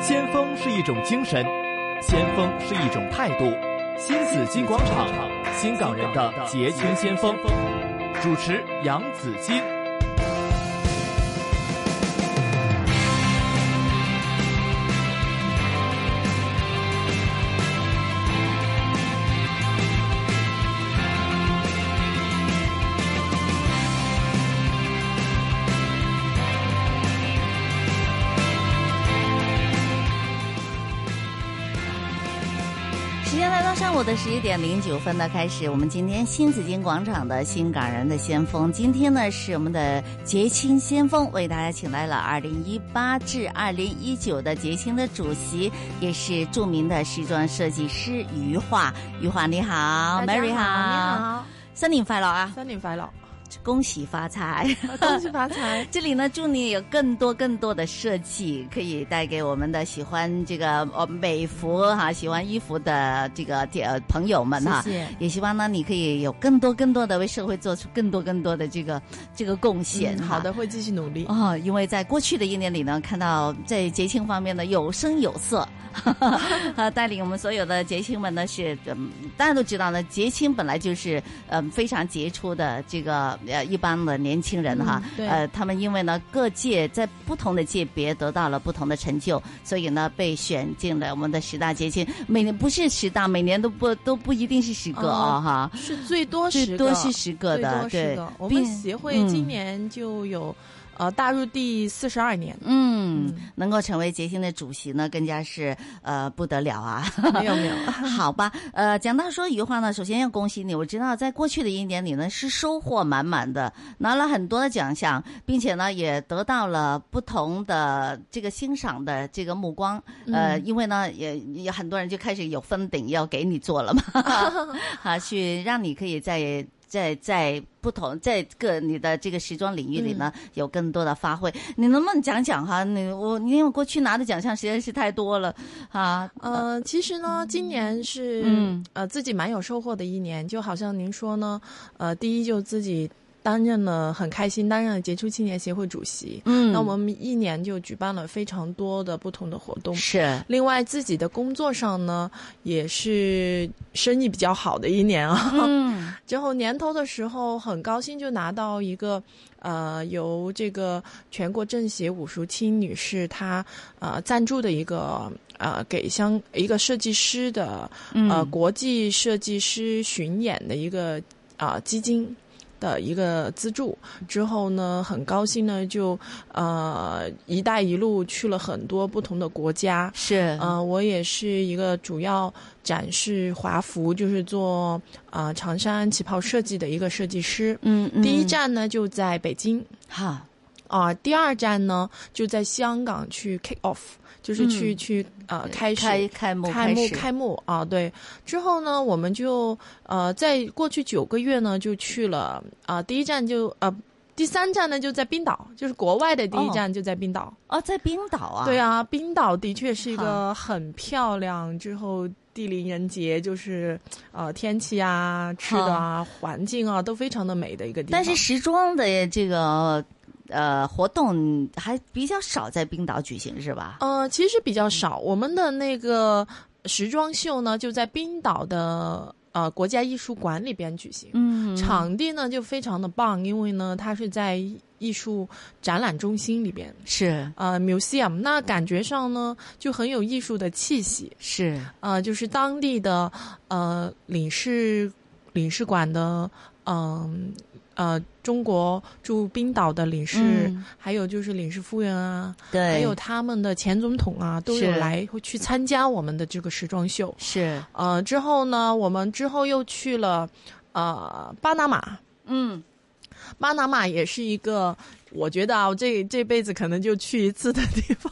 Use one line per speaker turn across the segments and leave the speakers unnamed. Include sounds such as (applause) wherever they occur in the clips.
先锋是一种精神，先锋是一种态度。新紫金广场，新港人的捷径先锋。主持杨紫金。
时间来到上午的十一点零九分呢，开始我们今天新紫金广场的新港人的先锋。今天呢是我们的结亲先锋，为大家请来了二零一八至二零一九的结亲的主席，也是著名的时装设计师余华。余华你好
大家
，Mary
你
好，
好，
新年快乐啊！
新年快乐，
恭喜发财！！
(laughs) 恭喜发财
这里呢，祝你有更多更多的设计，可以带给我们的喜欢这个呃美服哈、喜欢衣服的这个呃朋友们哈、
谢谢
也希望呢，你可以有更多更多的为社会做出更多更多的这个这个贡献、
嗯，
哈
好的，。会继续努力。
哦，因为在过去的一年里呢，看到在节庆方面呢有声有色， (laughs) 啊，带领我们所有的节庆们呢是，嗯，大家都知道呢，节庆本来就是嗯非常杰出的这个呃一般的年轻人哈
嗯，对
呃，他们因为呢各界在不同的界别得到了不同的成就，所以呢被选进了我们的十大节庆，每年不是十大，每年都不都不一定是十个啊、
哦
哈，
是最多十
最
个，
多是十个
最
的，
多十
对
个。，我
并，
们协会今年就有呃踏入第四十二年
嗯
嗯，
能够成为捷星的主席呢，更加是呃不得了啊！
没有没有，
(laughs) 好吧，呃，讲到说余话呢，首先要恭喜你，我知道在过去的一年里呢是收获满满的，拿了很多的奖项，并且呢也得到了不同的这个欣赏的这个目光，
嗯
呃，因为呢也也很多人就开始有封顶要给你做了
(laughs)
嘛，啊，去让你可以在。在在不同在各你的这个时装领域里呢，
嗯
有更多的发挥。你能不能讲讲哈？你我因为我过去拿的奖项实在是太多了啊，
呃，其实呢，今年是、
嗯
呃自己蛮有收获的一年，就好像您说呢，呃，第一就自己担任了很开心，担任了杰出青年协会主席。
嗯，
那我们一年就举办了非常多的不同的活动，
是
另外，自己的工作上呢，也是生意比较好的一年啊。 (laughs)
嗯
之后年头的时候，很高兴就拿到一个，呃，由这个全国政协武淑清女士她呃赞助的一个呃给相一个设计师的呃
嗯
国际设计师巡演的一个啊、呃基金。的一个资助之后呢，很高兴呢，就呃“一带一路”去了很多不同的国家，
是
呃，我也是一个主要展示华服，就是做啊、呃长衫旗袍设计的一个设计师。
嗯嗯
第一站呢就在北京
好
啊、第二站呢就在香港去 kick off，就是去、
嗯
去呃开始
开开幕
开幕
始
开幕啊，对。之后呢，我们就呃，在过去九个月呢，就去了啊、第一站就呃，第三站呢就在冰岛，就是国外的第一
哦
站就在冰岛。
哦，在冰岛啊，
对，啊，冰岛的确是一
好
个很漂亮，之后地灵人杰，就是呃天气啊、吃的啊、环境啊都非常的美的一个地方。
但是时装的这个呃活动还比较少在冰岛举行是吧？
呃，其实比较少，我们的那个时装秀呢就在冰岛的呃国家艺术馆里边举行。
嗯，
场地呢就非常的棒，因为呢它是在艺术展览中心里边，
是
呃，museum，那感觉上呢就很有艺术的气息，
是
呃，就是当地的呃领事领事馆的嗯呃中国驻冰岛的领事，
嗯
还有就是领事夫人啊，
对，
还有他们的前总统啊，都有
是
来会去参加我们的这个时装秀。
是
呃，之后呢，我们之后又去了呃巴拿马。
嗯
巴拿马也是一个，我觉得啊，我这这辈子可能就去一次的地方，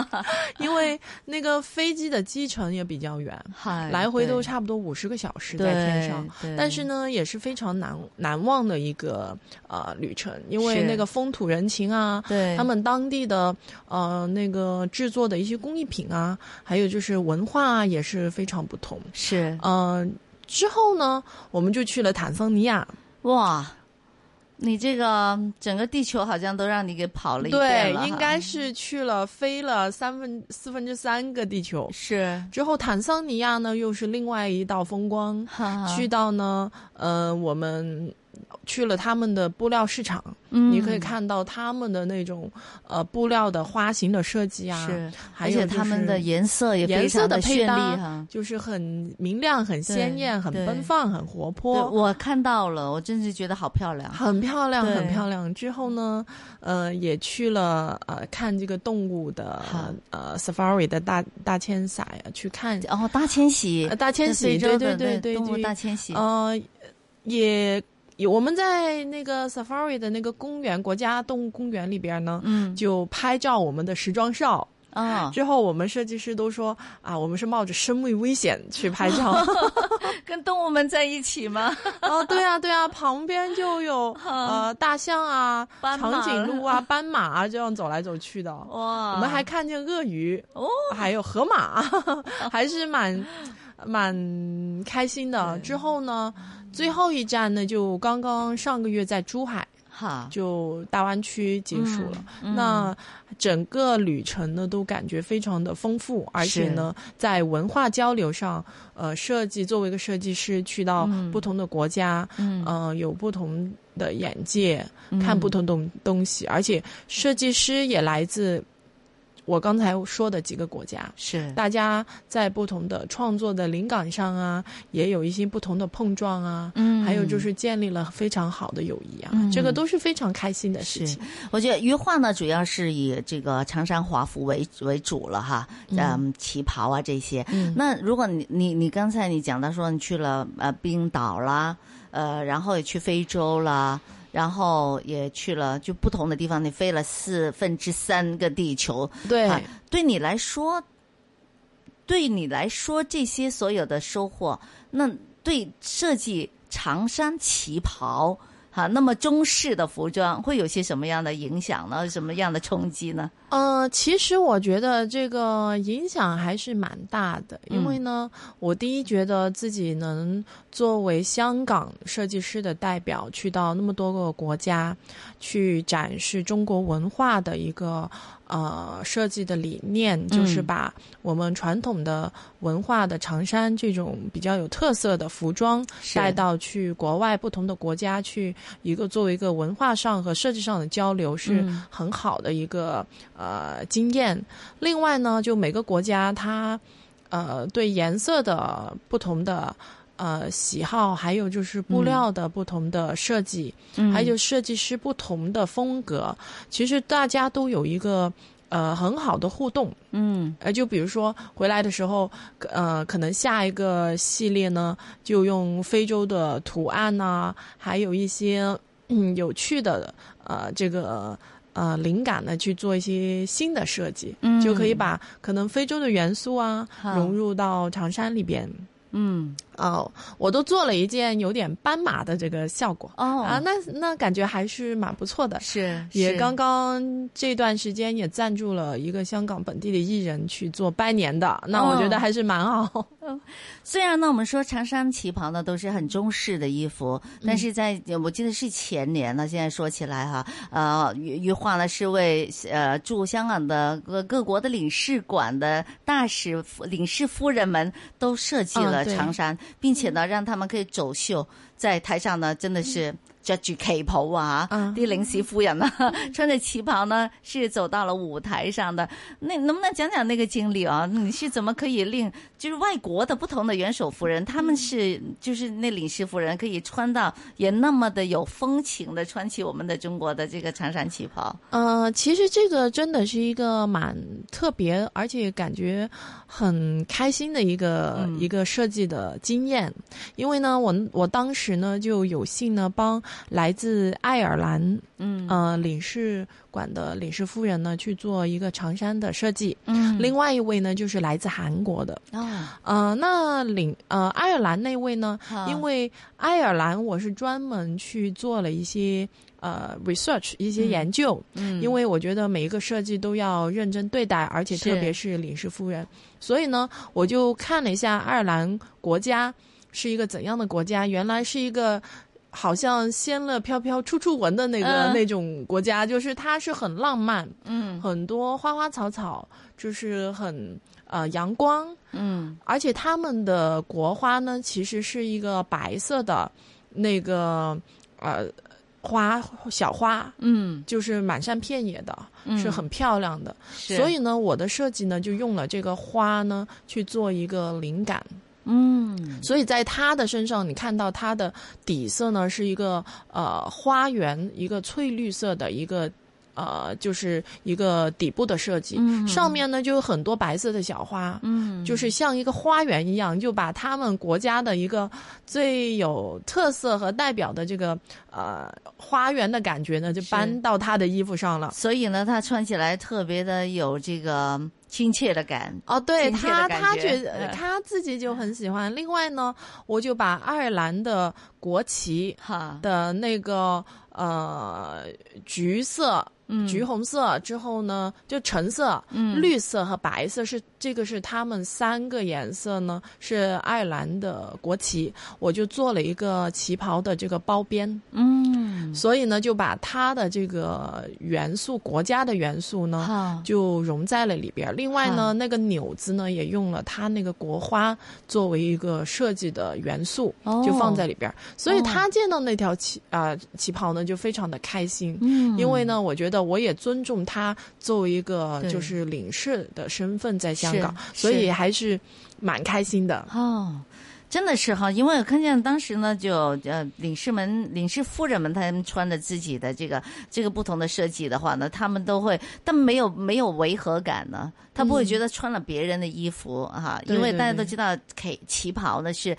(laughs)
因为那个飞机的机程也比较远，
嗨，
来回都
对
差不多五十个小时在天上。，
对对
但是呢，也是非常难难忘的一个呃旅程，因为
是
那个风土人情啊，
对
他们当地的呃那个制作的一些工艺品啊，还有就是文化啊，也是非常不同。呃
是
嗯、之后呢，我们就去了坦桑尼亚。
哇。你这个整个地球好像都让你给跑了一遍
对
了，哈
应该是去了飞了三分四分之三个地球。
是
之后，坦桑尼亚呢又是另外一道风光，
哈哈
去到呢，呃，我们去了他们的布料市场，
嗯
你可以看到他们的那种呃布料的花型的设计啊，
是，
还
而
有、
且他们的
颜
颜色也非常
色的
绚
配
丽
搭
哈。
就是很明亮、很鲜艳、很
对
奔放、很活
对，
泼。
我看到了，我真是觉得好漂亮。
很漂亮，
对
很漂亮。之后呢，呃，也去了呃看这个动物的
好
呃 safari 的大大迁徙啊，去看
然后哦大迁徙
呃，大迁徙，
非洲
对
的
对对对，
动物
对
大迁徙，
呃，也也我们在那个 safari 的那个公园，国家动物公园里边呢，
嗯，
就拍照我们的时装照。
啊，
之后我们设计师都说啊，我们是冒着生命危险去拍
(laughs)
照。
跟动物们在一起 (laughs) 吗？
哦，对啊，对啊，旁边就有
(laughs)
呃大象啊、
嗯斑马
长颈鹿啊、斑马啊，这样走来走去的。
哇，
我们还看见鳄鱼，
啊哦，
还有
(laughs)
河马，还是蛮蛮开心的。之后呢，最后一站呢，就刚刚上个月在珠海
哈，
就大湾区结束了。
嗯
那整个旅程呢，都感觉非常的丰富，而且呢，在文化交流上，呃，设计作为一个设计师去到
嗯
不同的国家，
嗯
呃，有不同的眼界，
嗯
看不同东东西，而且设计师也来自我刚才说的几个国家。
是
大家在不同的创作的灵感上啊，也有一些不同的碰撞啊，
嗯
还有就是建立了非常好的友谊啊，
嗯
这个都是非常开心的事情。
我觉得鱼画呢，主要是以这个长衫华服为为主了哈，
嗯
嗯，旗袍啊这些。
嗯
那如果你你你刚才你讲到说你去了呃冰岛啦，呃，然后也去非洲啦，然后也去了就不同的地方，你飞了四分之三个地球，
对，
啊对你来说，对你来说这些所有的收获，那对设计长衫旗袍。哈，那么中式的服装会有些什么样的影响呢？什么样的冲击呢？
呃，其实我觉得这个影响还是蛮大的，因为呢，我第一觉得自己能作为香港设计师的代表，去到那么多个国家，去展示中国文化的一个呃设计的理念，就是把我们传统的文化的长衫这种比较有特色的服装
是
带到去国外不同的国家去，一个作为一个文化上和设计上的交流是
嗯
很好的一个、呃经验。另外呢，就每个国家它呃对颜色的不同的。呃，喜好还有就是布料的不同的设计，
嗯
还有设计师不同的风格，其实大家都有一个呃很好的互动。
嗯
呃，就比如说回来的时候，呃，可能下一个系列呢，就用非洲的图案呐、还有一些嗯有趣的呃这个呃灵感呢，去做一些新的设计，
嗯
就可以把可能非洲的元素啊
好
融入到长衫里边。
嗯
哦，我都做了一件有点斑马的这个效果、
哦
啊，那那感觉还是蛮不错的。
是
也
是
刚刚这段时间也赞助了一个香港本地的艺人去做拜年的，那
哦
我觉得还是蛮好。
虽然呢，我们说长衫旗袍呢都是很中式的衣服，
嗯
但是在、我记得是前年呢，现在说起来哈，呃，于于化呢是为呃驻香港的各各国的领事馆的大使夫领事夫人们都设计
嗯
了
对
长衫，并且呢让他们可以走秀，在台上呢真的是。着住旗袍啊，
嗯
啲领事夫人啊， (laughs) 穿着旗袍呢，是走到了舞台上的。那能不能讲讲那个经历啊？你是怎么可以令就是外国的不同的元首夫人，他们是就是那领事夫人可以穿到也那么的有风情的穿起我们的中国的这个长衫旗袍？
(laughs) 呃，其实这个真的是一个蛮特别，而且感觉很开心的一个、
嗯
一个设计的经验。因为呢，我我当时呢就有幸呢帮来自爱尔兰
嗯
呃领事馆的领事夫人呢去做一个长衫的设计，
嗯
另外一位呢就是来自韩国的。
啊，
呃，那领呃爱尔兰那位呢？
好
因为爱尔兰我是专门去做了一些呃 research 一些
嗯
研究，
嗯
因为我觉得每一个设计都要认真对待，而且
是
特别是领事夫人，所以呢，我就看了一下爱尔兰国家是一个怎样的国家，原来是一个。好像仙乐飘飘处处闻的那个、
嗯
那种国家，就是它是很浪漫，
嗯
很多花花草草，就是很呃阳光，
嗯
而且他们的国花呢，其实是一个白色的那个呃花小花，
嗯，
就是满山遍野的，
嗯
是很漂亮的。
是
所以呢，我的设计呢就用了这个花呢去做一个灵感。
嗯
所以在它的身上，你看到它的底色呢是一个呃花园，一个翠绿色的一个。呃，就是一个底部的设计，
嗯
上面呢就有很多白色的小花，
嗯，
就是像一个花园一样，就把他们国家的一个最有特色和代表的这个呃花园的感觉呢，就是搬到他的衣服上了。
所以呢，他穿起来特别的有这个亲切的感。
哦，对
亲切
他，
的感
他
觉
觉得
嗯
他自己就很喜欢。另外呢，我就把爱尔兰的国旗
哈，
的那个呃橘色、
嗯
橘红色之后呢，就橙色、
嗯
绿色和白色是这个是他们三个颜色呢，是爱尔兰的国旗。我就做了一个旗袍的这个包边，
嗯，
所以呢，就把它的这个元素、国家的元素呢。
哈，
就融在了里边儿。另外
啊
呢，那个纽子呢也用了它那个国花作为一个设计的元素，
哦
就放在里边儿。所
哦
以他见到那条旗啊、旗袍呢，就非常的开心。
嗯，
因为呢，我觉得我也尊重他作为一个
对
就是领事的身份在香
是
港，
是
所以还是蛮开心的。
哦，真的是哈，因为我看见当时呢，就呃领事们、领事夫人们，他们穿着自己的这个这个不同的设计的话呢，他们都会，但没有没有违和感呢，他不会觉得穿了别人的衣服哈，
嗯对
因为
对
大家都
对
知道旗旗袍呢是。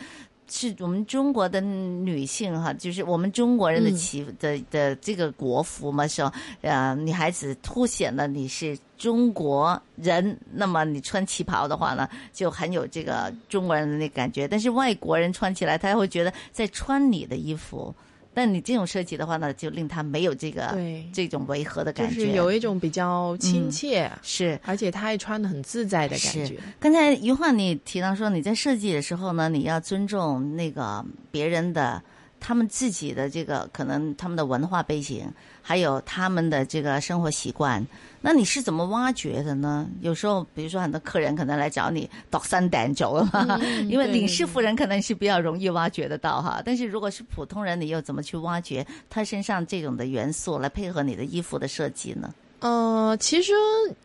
是我们中国的女性哈，就是我们中国人的
嗯
旗、的的这个国服嘛，是吧呃，女孩子凸显了你是中国人，那么你穿旗袍的话呢，就很有这个中国人的那感觉。但是外国人穿起来，他会觉得在穿你的衣服。但你这种设计的话呢，就令他没有这个
对，
这种违和的
就
感觉。
是有一种比较亲
嗯
切，
是
而且他也穿的很自在的感
是
觉。
刚才于焕你提到说，你在设计的时候呢，你要尊重那个别人的他们自己的这个可能他们的文化背景，还有他们的这个生活习惯。那你是怎么挖掘的呢？有时候，比如说很多客人可能来找你度三点走了嘛，(laughs)
嗯
因为
对
领事夫人可能是比较容易挖掘得到哈。但是如果是普通人，你又怎么去挖掘他身上这种的元素来配合你的衣服的设计呢？
呃，其实，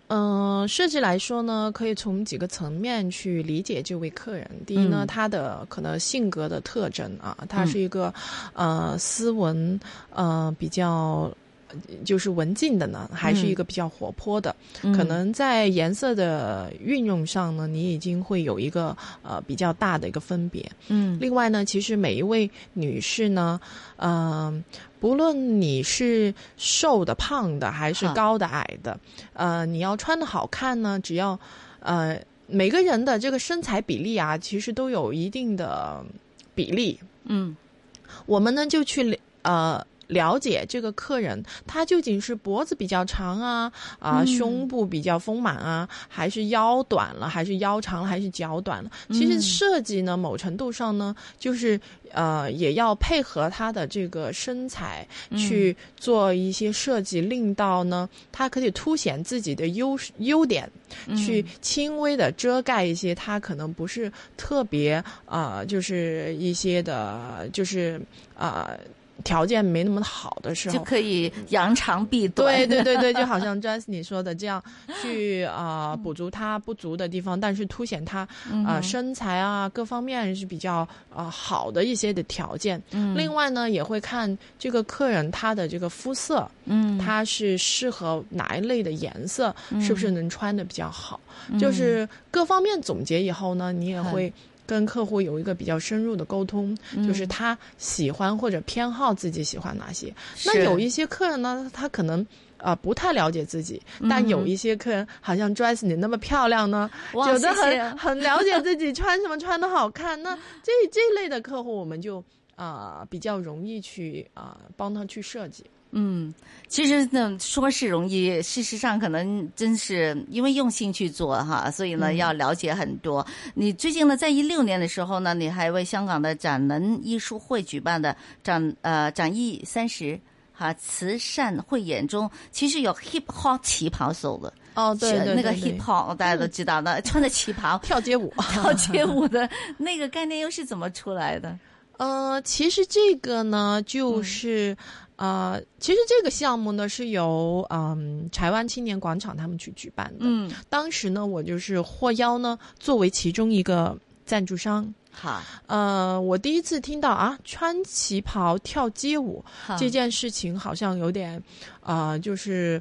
呃，设计来说呢，可以从几个层面去理解这位客人。第一呢，
嗯
他的可能性格的特征啊，他是一个、呃斯文，呃比较。就是文静的呢，还是一个比较活泼的？
嗯
可能在颜色的运用上呢，你已经会有一个呃比较大的一个分别。
嗯，
另外呢，其实每一位女士呢，嗯、不论你是瘦的、胖的，还是
哈
高的、矮的，呃，你要穿的好看呢，只要呃每个人的这个身材比例啊，其实都有一定的比例。
嗯
我们呢就去了呃。了解这个客人，他究竟是脖子比较长啊，啊、
嗯
胸部比较丰满啊，还是腰短了，还是腰长了，还是脚短了？
嗯
其实设计呢，某程度上呢，就是呃，也要配合他的这个身材
嗯
去做一些设计，令到呢，他可以凸显自己的优势优点，
嗯
去轻微的遮盖一些他可能不是特别啊、呃就是一些的，就是啊、呃条件没那么好的时
就
候。
可以扬长避短。 (laughs)
对对对对，就好像 Jess 你说的这样，去啊、呃补足他不足的地方，但是凸显他
嗯
啊、
哼
身材啊各方面是比较啊、呃好的一些的条件。
嗯
另外呢，也会看这个客人他的这个肤色，
嗯，
他是适合哪一类的颜色，是不是能穿的比较好？
嗯
就是各方面总结以后呢，你也
好
会跟客户有一个比较深入的沟通，
嗯
就是他喜欢或者偏好自己喜欢哪些。那
是
有一些客人呢，他可能。啊、不太了解自己，
嗯
但有一些客人好像 dress 你那么漂亮呢，
哇
有的
谢啊谢 (laughs)
很很了解自己穿什么穿的好看。那这呃这一类的客户，我们就啊、比较容易去啊、帮他去设计。
嗯，其实呢，说是容易，事实上可能真是因为用心去做哈，所以
嗯
呢，要了解很多。你最近呢，在一六年的时候呢，你还为香港的展能艺术会举办的展呃展艺三十哈慈善汇演中，其实有 hip hop 旗袍手的。
哦，对对对，
那个
对
hip hop 大家都知道，那穿着旗袍
跳街舞，
跳街舞的那个概念又是怎么出来的？
呃，其实这个呢，
嗯
就是、呃，其实这个项目呢是由嗯、台湾青年广场他们去举办的。， (laughs)
嗯，
当时呢，我就是获邀呢作为其中一个赞助商。
好，
呃，我第一次听到啊，穿旗袍跳街舞
好
这件事情，好像有点啊、呃就是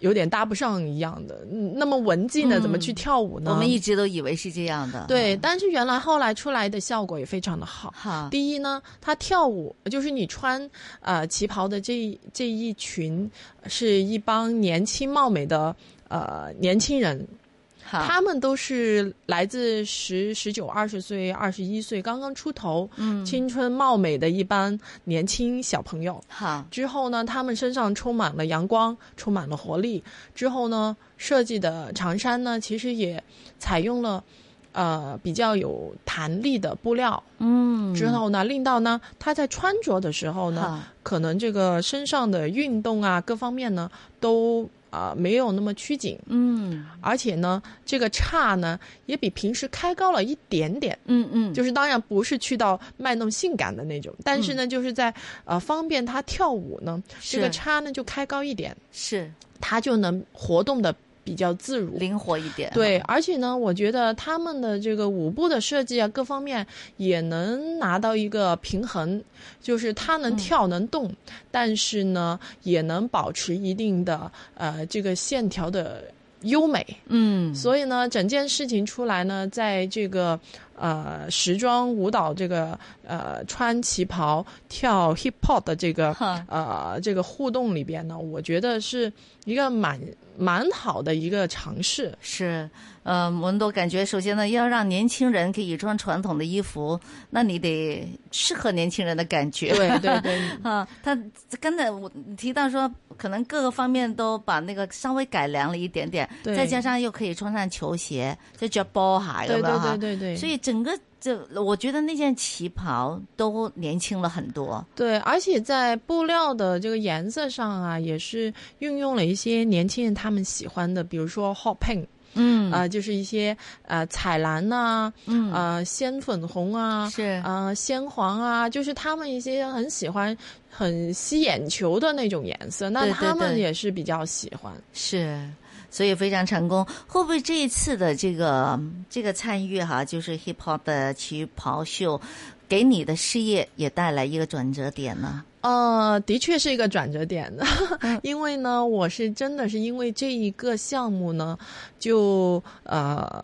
有点搭不上一样的。嗯那么文静的
嗯
怎么去跳舞呢？
我们一直都嗯以为是这样的。
对，但是原来后来出来的效果也非常的好。
好，
第一呢，它跳舞就是你穿呃旗袍的这一这一群是一帮年轻貌美的呃年轻人，
好，
他们都是来自十十九、二十岁、二十一岁刚刚出头、
嗯，
青春貌美的一帮年轻小朋友。
好，
之后呢，他们身上充满了阳光，充满了活力。之后呢，设计的长衫呢，其实也采用了呃比较有弹力的布料。
嗯，
之后呢，令到呢他在穿着的时候呢，
好，
可能这个身上的运动啊各方面呢都啊、呃没有那么拘谨，
嗯
而且呢这个叉呢也比平时开高了一点点。
嗯嗯，
就是当然不是去到卖弄性感的那种，但是呢，就是在呃方便他跳舞呢，这个
是
叉呢就开高一点，
是
他就能活动的比较自如。
灵活一点。
对，而且呢，我觉得他们的这个舞步的设计啊，各方面也能拿到一个平衡，就是他能跳能动，但是呢，也能保持一定的呃这个线条的优美。
嗯，
所以呢，整件事情出来呢，在这个呃时装舞蹈这个呃穿旗袍跳 hip hop 的这个
哈
呃这个互动里边呢，我觉得是一个蛮蛮好的一个尝试。
是，呃，我们都感觉，首先呢，要让年轻人可以穿传统的衣服，那你得适合年轻人的感 (laughs) 觉。
对对对，
啊，他刚才我提到说，可能各个方面都把那个稍微改良了一点点，
对
再加上又可以穿上球鞋，就叫波鞋
对
咁
对
样
对
哈。
对对，
所以整个这，我觉得那件旗袍都年轻了很多。
对，而且在布料的这个颜色上啊，也是运用了一些年轻人他们喜欢的，比如说 hot pink
嗯
啊、就是一些呃彩蓝呐、
嗯
呃鲜粉红啊，
是
呃鲜黄啊，就是他们一些很喜欢、很吸眼球的那种颜色，那
对对
他们
对
也是比较喜欢。
是，所以非常成功。会不会这一次的这个这个参与哈，就是 hip hop 的旗袍秀，给你的事业也带来一个转折点呢？
呃，的确是一个转折点， (laughs) 因为呢，我是真的是因为这一个项目呢，就呃。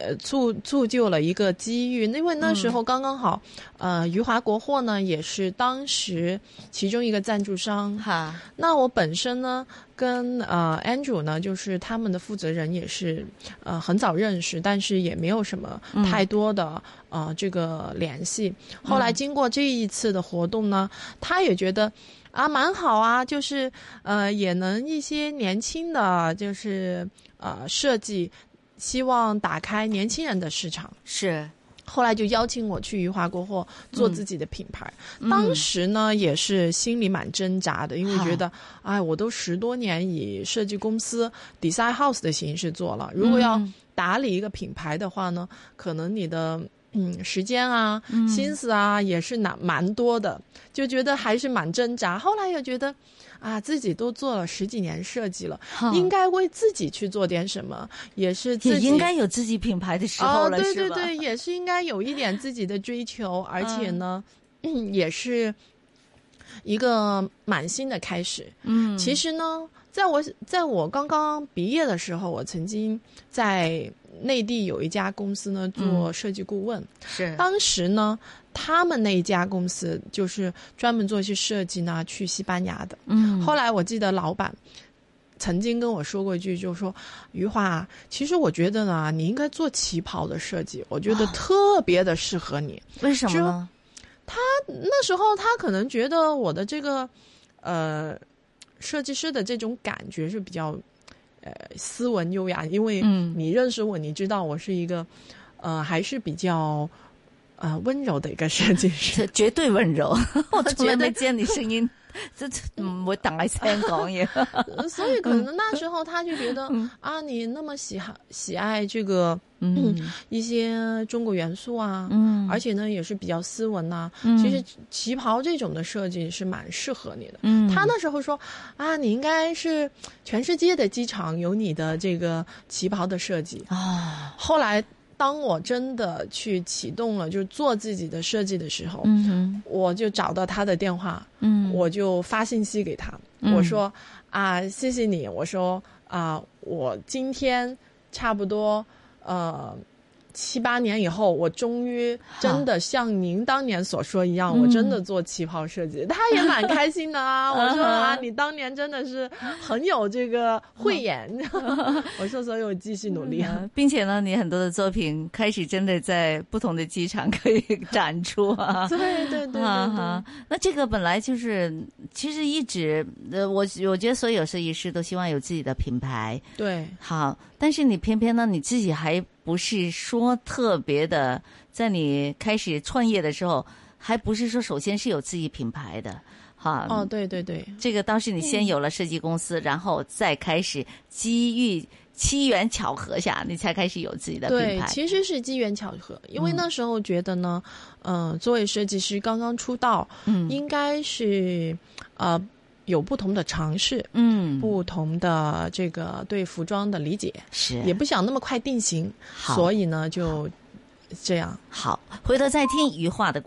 呃，促促就了一个机遇，因为那时候刚刚好，呃，余华国货呢也是当时其中一个赞助商。
哈，
那我本身呢，跟呃 Andrew 呢，就是他们的负责人也是呃很早认识，但是也没有什么太多的、呃这个联系。后来经过这一次的活动呢，他也觉得。啊，蛮好啊，就是呃，也能一些年轻的，就是呃，设计，希望打开年轻人的市场。
是，
后来就邀请我去余华国货做自己的品牌。
嗯
当时呢，也是心里蛮挣扎的，因为觉得，哎，我都十多年以设计公司 design house 的形式做了，如果要
嗯
打理一个品牌的话呢，可能你的。嗯，时间啊，
嗯
心思啊，也是蛮蛮多的，就觉得还是蛮挣扎。后来又觉得，啊，自己都做了十几年设计了，
哈
应该为自己去做点什么，也是
嗯也
自己
应该有自己品牌的时候了，
哦、对
是
对
吧？
对，也是应该有一点自己的追求，而且呢，嗯 (clears throat) 也是一个满心的开始。
嗯，
其实呢，在我在我刚刚毕业的时候，我曾经在内地有一家公司呢
嗯
做设计顾问，
是
当时呢。他们那一家公司就是专门做一些设计呢，去西班牙的。
嗯
后来我记得老板曾经跟我说过一句，就说余华啊，其实我觉得呢，你应该做旗袍的设计，我觉得
啊
特别的适合你。
为什么
之后
呢？
那时候他可能觉得我的这个呃设计师的这种感觉是比较呃斯文优雅，因为
嗯
你认识我，你知道我是一个呃还是比较呃温柔的一个设计
(laughs)
师。
这绝对温
(laughs)
柔，我
觉
从来
得
没见你声音， (laughs) 这嗯这
嗯
唔会大聲講
(laughs)
嘢。
所以可能那时候他就觉得、
嗯
啊，你那么喜好喜爱这个
嗯
一些中国元素啊，
嗯
而且呢也是比较斯文呐、
嗯
其实旗袍这种的设计是蛮适合你的。
嗯
他那时候说啊，你应该是全世界的机场有你的这个旗袍的设计。
啊，
后来，当我真的去启动了，就是做自己的设计的时候，
嗯哼
我就找到他的电话，
嗯
我就发信息给他，
嗯
我说啊，谢谢你，我说啊，我今天差不多呃。七八年以后，我终于真的像您当年所说一样，
嗯
我真的做旗袍设计，他也蛮开心
(laughs)
的啊。我说啊
嗯，哼
你当年真的是很有这个慧眼， (laughs) 我说，所以我继续努力。
嗯并且呢，你很多的作品开始真的在不同的机场可以展出啊。
(laughs) 对 (laughs) 对对对对
啊哈，那这个本来就是，其实一直呃，我我觉得所有设计师都希望有自己的品牌，
对
好，但是你偏偏呢，你自己还不是说特别的，在你开始创业的时候，还不是说首先是有自己品牌的，哈。
哦，对对对，
这个倒是你先有了设计公司，然后再开始机遇机缘巧合下，你才开始有自己的品
对，
牌。
其实是机缘巧合，因为
嗯
那时候觉得呢，嗯、作为设计师刚刚出道，
嗯
应该是呃有不同的尝试，
嗯，
不同的这个对服装的理解，
是
也不想那么快定型，
嗯好
所以呢就这样。
好，回头再听余化的。